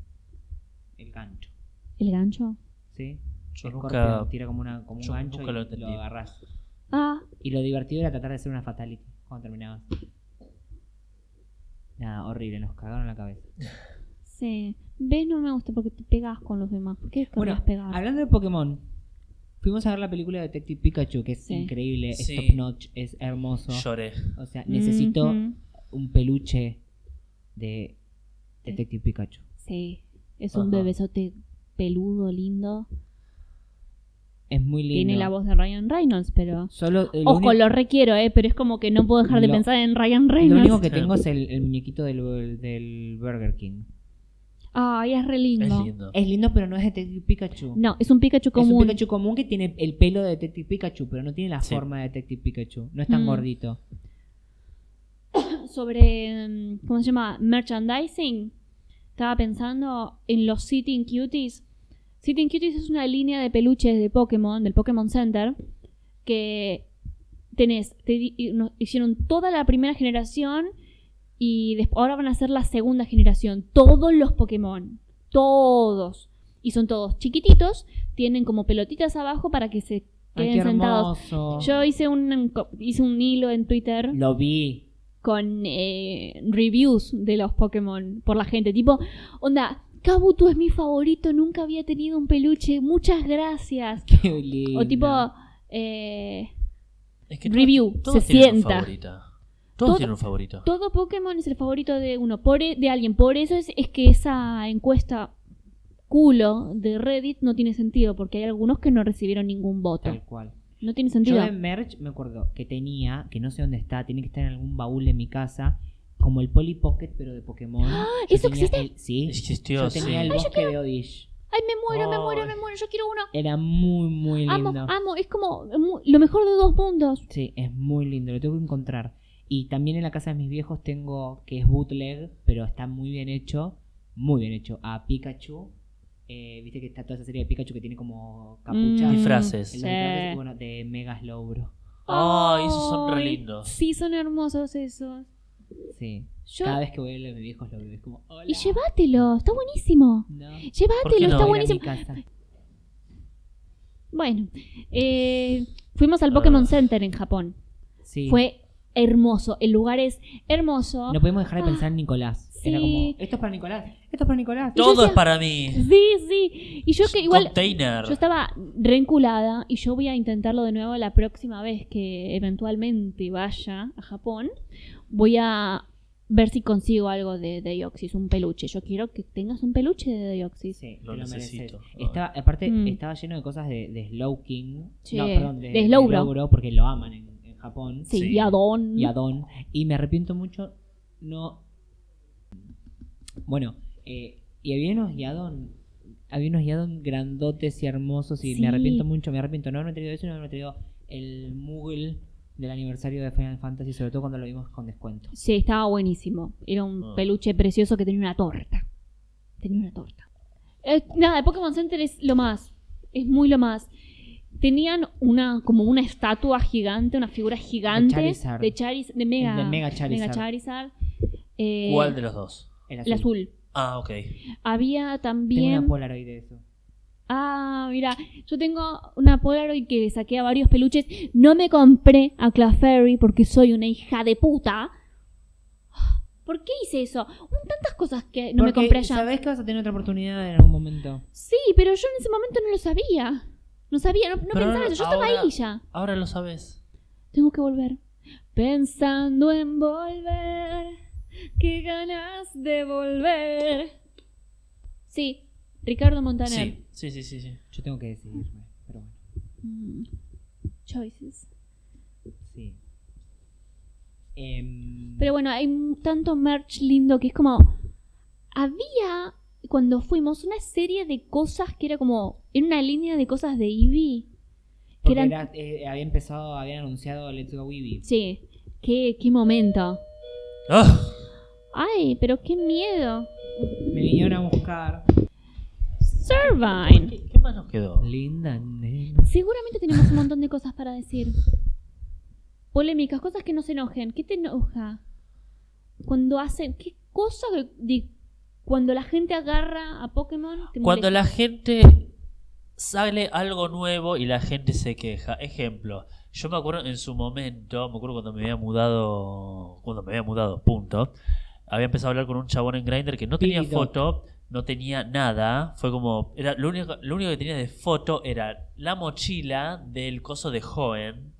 el gancho. ¿El gancho? ¿Sí? Yo Scorpion nunca. tira como, una, como un yo gancho nunca y lo lo, entendí. agarras. Ah, Y lo divertido era tratar de hacer una fatality cuando terminabas. Nada, horrible, nos cagaron la cabeza. sí. ¿Ves? No me gusta porque te pegas con los demás. ¿Por qué es que Bueno, vas a pegar? hablando de Pokémon, fuimos a ver la película de Detective Pikachu, que es Sí. increíble, es Sí. top notch, es hermoso. Lloré. O sea, necesito Mhm. un peluche de Detective Pikachu. Sí. Es Ajá. un bebesote peludo, lindo. Es muy lindo. Tiene la voz de Ryan Reynolds, pero. Solo el Ojo, único- lo requiero, ¿eh? Pero es como que no puedo dejar de Lo- pensar en Ryan Lo Reynolds. único que Sí. tengo es el, el muñequito del, del Burger King. Ay, es re lindo. Es lindo. Es lindo, pero no es Detective Pikachu. No, es un Pikachu es un común. Pikachu común que tiene el pelo de Detective Pikachu, pero no tiene la Sí. forma de Detective Pikachu. No es tan Mm. gordito. Sobre. mm, ¿Cómo se llama? Merchandising. Estaba pensando en los Sitting Cuties. Sitting Cuties es una línea de peluches de Pokémon, del Pokémon Center, que tenés, te di- y nos hicieron toda la primera generación y des- ahora van a hacer la segunda generación. Todos los Pokémon. Todos. Y son todos chiquititos, tienen como pelotitas abajo para que se Ay, queden qué sentados. hermoso. Yo hice un, un co- hice un hilo en Twitter Lo vi. con eh, reviews de los Pokémon por la gente. Tipo, onda, Kabuto es mi favorito, nunca había tenido un peluche, muchas gracias. Qué lindo. O tipo, eh, Es que Review, todos- todos se tienen sienta. Un favorito. Todos Todo- tienen un favorito. todo Pokémon es el favorito de uno, por e- de alguien. Por eso es, es que esa encuesta culo de Reddit no tiene sentido, porque hay algunos que no recibieron ningún voto. Tal cual. No tiene Yo sentido. de merch me acuerdo que tenía, que no sé dónde está, tiene que estar en algún baúl de mi casa, como el Polly Pocket, pero de Pokémon. Yo ¿eso tenía existe? el- sí. Existió, Yo sí. tenía el bosque de Odish. Ay, me muero, me muero, Ay. me muero, yo quiero uno. Era muy, muy lindo. Amo, amo, es como mu- lo mejor de dos mundos. Sí, es muy lindo, lo tengo que encontrar. Y también en la casa de mis viejos tengo, que es bootleg, pero está muy bien hecho, muy bien hecho, a Pikachu. Eh, Viste que está toda esa serie de Pikachu que tiene como capucha. Mm, Disfraces. En sí. los disfraces, bueno, de Mega Slowbro. Ay, esos son re Ay, lindos. Sí, son hermosos esos. Sí. Yo- Cada vez que voy a ver a mis viejos lo veo, es como, hola. Y llévatelo, está buenísimo. No, voy ¿Por qué Llévatelo, no? a ir está a buenísimo. mi casa. Bueno, eh, fuimos al Ah. Pokémon Center en Japón. Sí. Fue hermoso, el lugar es hermoso. No podemos dejar de pensar en Nicolás. Era Ah. Sí. como, esto es para Nicolás, esto es para Nicolás. yo Todo es decía- para mí. Sí, sí. Y yo que igual... Container. Yo estaba reenculada y yo voy a intentarlo de nuevo la próxima vez que eventualmente vaya a Japón. Voy a ver si consigo algo de Deoxys, un peluche. Yo quiero que tengas un peluche de Deoxys. Sí, Lo te mereces. necesito. Estaba, aparte, Mm. estaba lleno de cosas de, de Slow King. Sí, No, perdón, de, de Slowbro. Slowbro, porque lo aman en, en Japón. Sí, Sí. y Adon. Y Adon. Y me arrepiento mucho. No. Bueno, eh, y había unos Yadon. Había unos Yadon grandotes y hermosos. Y Sí. me arrepiento mucho, me arrepiento. No haberme traído eso, no haberme traído el Moogle del aniversario de Final Fantasy, sobre todo cuando lo vimos con descuento. Sí, estaba buenísimo. Era un Ah. peluche precioso que tenía una torta. Tenía una torta. Eh, nada, el Pokémon Center es lo más. Es muy lo más. Tenían una como una estatua gigante, una figura gigante Charizard. de Charizard, de Mega, El de Mega Charizard. Mega Charizard. Eh, ¿Cuál de los dos? El azul. El azul. Ah, ok. Había Tengo también. una Polaroid de eso. Ah, mira, yo tengo una Polaroid que le saqué a varios peluches. No me compré a Claferry porque soy una hija de puta. ¿Por qué hice eso? Un- Tantas cosas que no me compré allá. Sabés que vas a tener otra oportunidad en algún momento. Sí, pero yo en ese momento no lo sabía. No sabía, no, no Pero pensaba eso. Yo ahora- estaba ahí ya. Ahora lo sabes. Tengo que volver. Pensando en volver. Qué ganas de volver. Sí, Ricardo Montaner. Sí, sí, sí, sí. sí. Yo tengo que decidirme. Pero bueno, Mm, Choices. sí. Em, Pero bueno, hay m- tanto merch lindo que es como. Había, cuando fuimos, una serie de cosas que era como. En una línea de cosas de Eevee. Que porque eran. era- eh, había empezado, habían anunciado Let's Go Eevee. Sí, qué, qué momento. ¡Ah! Ay, pero qué miedo. Me vinieron a buscar. Servine. ¿Qué, qué más nos quedó? Linda nena. Seguramente tenemos un montón de cosas para decir. Polémicas, cosas que no se enojen. ¿Qué te enoja? Cuando hacen. ¿Qué cosa que- de- cuando la gente agarra a Pokémon? Te Cuando molesta? la gente sale algo nuevo y la gente se queja. Ejemplo, yo me acuerdo en su momento, me acuerdo cuando me había mudado, cuando me había mudado, punto. Había empezado a hablar con un chabón en Grindr que no tenía Pibito. foto, no tenía nada, fue como era lo único lo único que tenía de foto era la mochila del coso de joven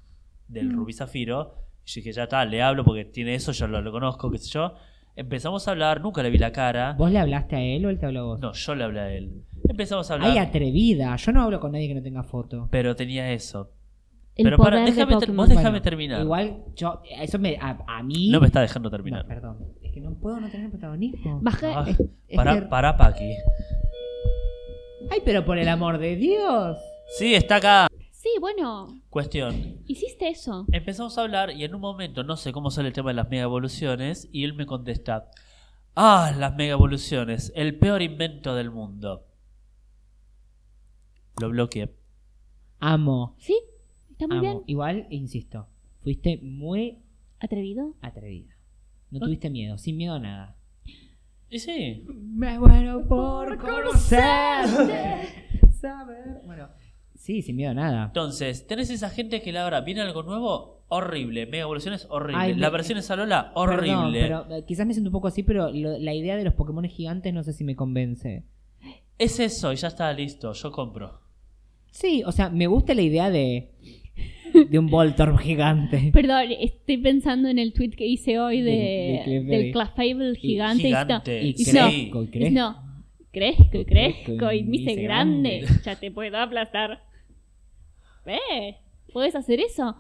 del Mm. Rubí Zafiro. Y yo dije, ya está, le hablo porque tiene eso, yo lo, lo conozco, qué sé yo. Empezamos a hablar, nunca le vi la cara. ¿Vos le hablaste a él o él te habló a vos? No, yo le hablé a él. Empezamos a hablar. Ay, atrevida. Yo no hablo con nadie que no tenga foto. Pero tenía eso. El Pero poder para, déjame, de ter- Pokémon. vos déjame terminar. Igual, yo. Eso me. A, a mí. No me está dejando No, terminar. perdón. Es que no puedo no tener protagonismo. Baja- Ah, Es que- er- pará, pará, Paqui. Ay, pero por el amor de Dios. Sí, está acá. Sí, bueno, Cuestión. hiciste eso. Empezamos a hablar y en un momento, no sé cómo sale el tema de las mega evoluciones, y él me contesta: Ah, las mega evoluciones, el peor invento del mundo. Lo bloqueé. Amo. Sí, está muy amo. bien. Igual, insisto. Fuiste muy Atrevido. atrevida. No tuviste miedo, sin miedo a nada. Y sí. Me muero por conocerte. Saber. Bueno, sí, sin miedo a nada. Entonces, tenés esa gente que la verdad viene algo nuevo, horrible. Mega evoluciones, horrible. Ay, me- la versión es Alola, horrible. Perdón, pero eh, quizás me siento un poco así, pero lo- la idea de los Pokémon gigantes no sé si me convence. Es eso, y ya está listo, yo compro. Sí, o sea, me gusta la idea de de un Voltorb gigante. Perdón, estoy pensando en el tweet que hice hoy De- de, de Clefairy. del Clafable gigante. y está- Gigante. Y Sí. crezco, y crezco. No, crezco y crezco y me hice hice grande. Ya te puedo aplastar. ¿Eh? ¿Puedes hacer eso?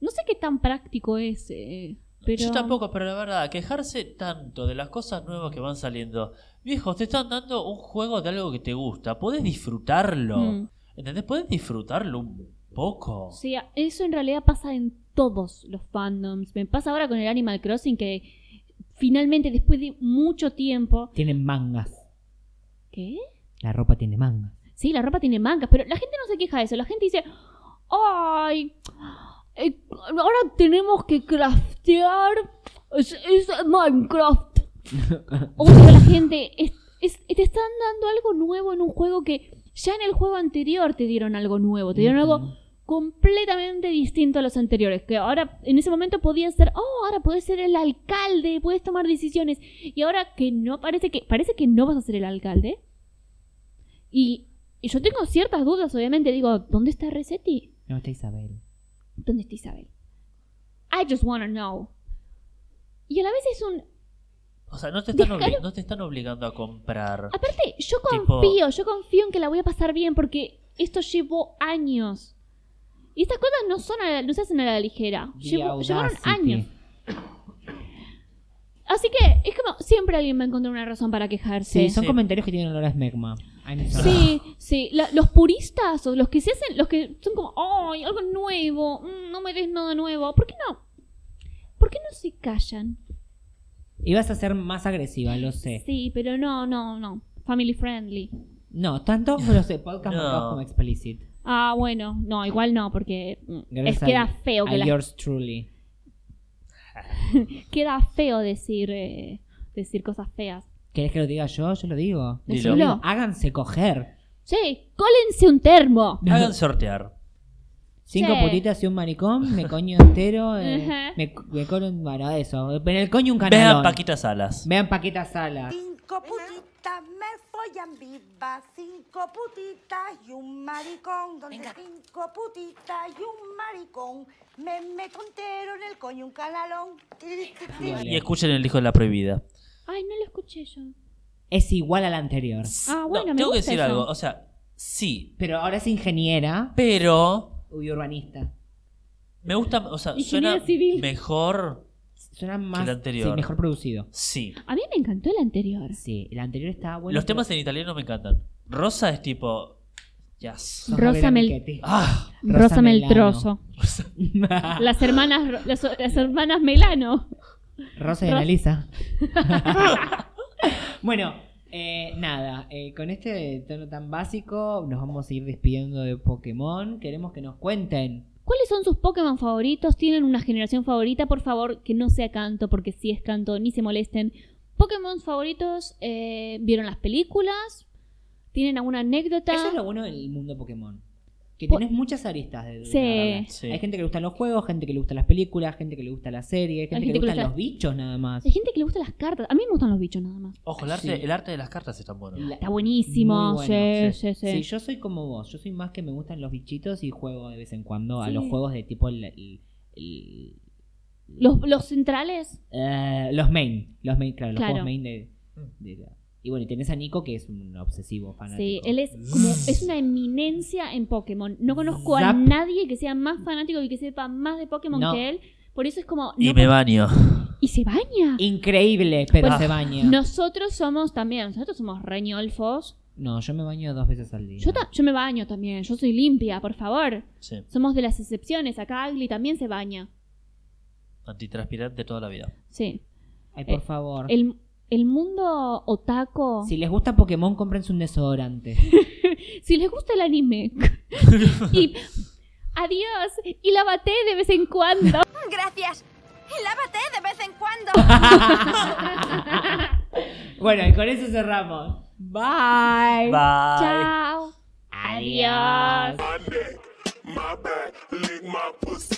No sé qué tan práctico es, eh, pero... Yo tampoco, pero la verdad, quejarse tanto de las cosas nuevas que van saliendo. Viejo, te están dando un juego de algo que te gusta. Podés disfrutarlo. Mm. ¿Entendés? Podés disfrutarlo un poco. Sí, eso en realidad pasa en todos los fandoms. Me pasa ahora con el Animal Crossing que finalmente después de mucho tiempo... Tienen mangas. ¿Qué? La ropa tiene mangas. Sí, la ropa tiene mangas, pero la gente no se queja de eso. La gente dice, ay, eh, ahora tenemos que craftear. Es, es Minecraft. Odio a la gente. Es- es- te están dando algo nuevo en un juego que ya en el juego anterior te dieron algo nuevo. Te dieron Mm, algo completamente distinto a los anteriores. Que ahora, en ese momento podías ser, oh, ahora puedes ser el alcalde, puedes tomar decisiones. Y ahora que no, parece que, parece que no vas a ser el alcalde. Y, y yo tengo ciertas dudas, obviamente. Digo, ¿dónde está Resetti? No, está Isabel. ¿Dónde está Isabel? I just wanna know. Y a la vez es un... O sea, no te, están obli- Dejalo. no te están obligando a comprar. Aparte, yo Tipo- confío, yo confío en que la voy a pasar bien porque esto llevó años. Y estas cosas no, son a la- no se hacen a la ligera. The Llevo- llevaron Audacity. años. Así que es como siempre alguien va a encontrar una razón para Sí, quejarse. son sí. comentarios que tienen olor a smegma. I'm sorry. Sí, sí. La- los puristas o los que se hacen, los que son como, ¡ay, algo nuevo! mm, no me des nada nuevo. ¿Por qué no? ¿Por qué no se callan? Ibas a ser más agresiva, lo sé. Sí, pero no, no, no. Family friendly. No, están todos los eh, podcasts No. marcados como explicit. Ah, bueno, no, igual no, porque mm, es Gracias queda al- feo a que la. yours truly. Queda feo decir, eh, decir cosas feas. ¿Querés que lo diga yo? Yo lo digo. Dilo. Decilo. Háganse coger. Che, cólense un termo. Hagan sortear. Cinco Sí. putitas y un maricón, me coño entero, eh, Ajá. me, me coño un... Bueno, eso. En el coño un canalón. Vean Paquita Salas. Vean Paquita Salas. Cinco putitas me follan viva, cinco putitas y un maricón, donde cinco putitas y un maricón me meto entero en el coño un canalón. Tiri, tiri, tiri. Y escuchen El Hijo de la Prohibida. Ay, no lo escuché yo. Es igual a la anterior. Ah, No, bueno, me tengo que gusta decir eso. algo. O sea, sí, Pero ahora es ingeniera pero y urbanista. me gusta, o sea, Ingeniero suena civil. mejor. Suena más... Que la anterior. sí, mejor producido. Sí. A mí me encantó el anterior. Sí, el anterior estaba bueno. Los pero- temas en italiano me encantan. Rosa es tipo. Yes. Rosa Rosa Mel- Michetti. Ah, Rosa Rózame el Melano. trozo. Las hermanas, Ro- las, las hermanas Melano. Rosa y Ros- Analisa. bueno, eh, nada, eh, con este tono tan básico nos vamos a ir despidiendo de Pokémon. Queremos que nos cuenten. ¿Cuáles son sus Pokémon favoritos? ¿Tienen una generación favorita? Por favor, que no sea canto, porque si es canto, ni se molesten. ¿Pokémon favoritos? eh, ¿Vieron las películas? ¿Tienen alguna anécdota? Eso es lo bueno del mundo Pokémon. Que Po- tenés muchas aristas de, de Sí. una rama. Sí. Hay gente que le gustan los juegos, gente que le gustan las películas, gente que le gusta la serie, gente, que le gustan gusta- los bichos nada más. Hay gente que le gustan las cartas. A mí me gustan los bichos nada más. ojo, el arte, Sí. el arte de las cartas está bueno. La- Está buenísimo. Muy bueno, sí, sí, sí. Sí, yo soy como vos. Yo soy más que me gustan los bichitos y juego de vez en cuando a Sí. los juegos de tipo el- el- el- Los, los centrales. Eh, los main, los main, claro, los Claro. juegos main de, de la- Y bueno, y tenés a Nico que es un obsesivo fanático. Sí, él es como es una eminencia en Pokémon. No conozco a Zap. nadie que sea más fanático y que sepa más de Pokémon No. que él. Por eso es como Y no me con- baño. y se baña. Increíble, pero Ah. se baña. No. Nosotros somos también, nosotros somos reñolfos. yo me baño dos veces al día. Yo, ta- yo me baño también, yo soy limpia, por favor. Sí. Somos de las excepciones, acá Agli también se baña. Antitranspirante toda la vida. Sí. Ay, por Eh, favor. El, el mundo otaco. Si les gusta Pokémon, cómprense un desodorante. Si les gusta el anime. y adiós. Y lávate de vez en cuando. Gracias. Y lávate de vez en cuando. bueno, y con eso cerramos. Bye. Bye. Chao. Adiós. my neck, my back, lick my pussy.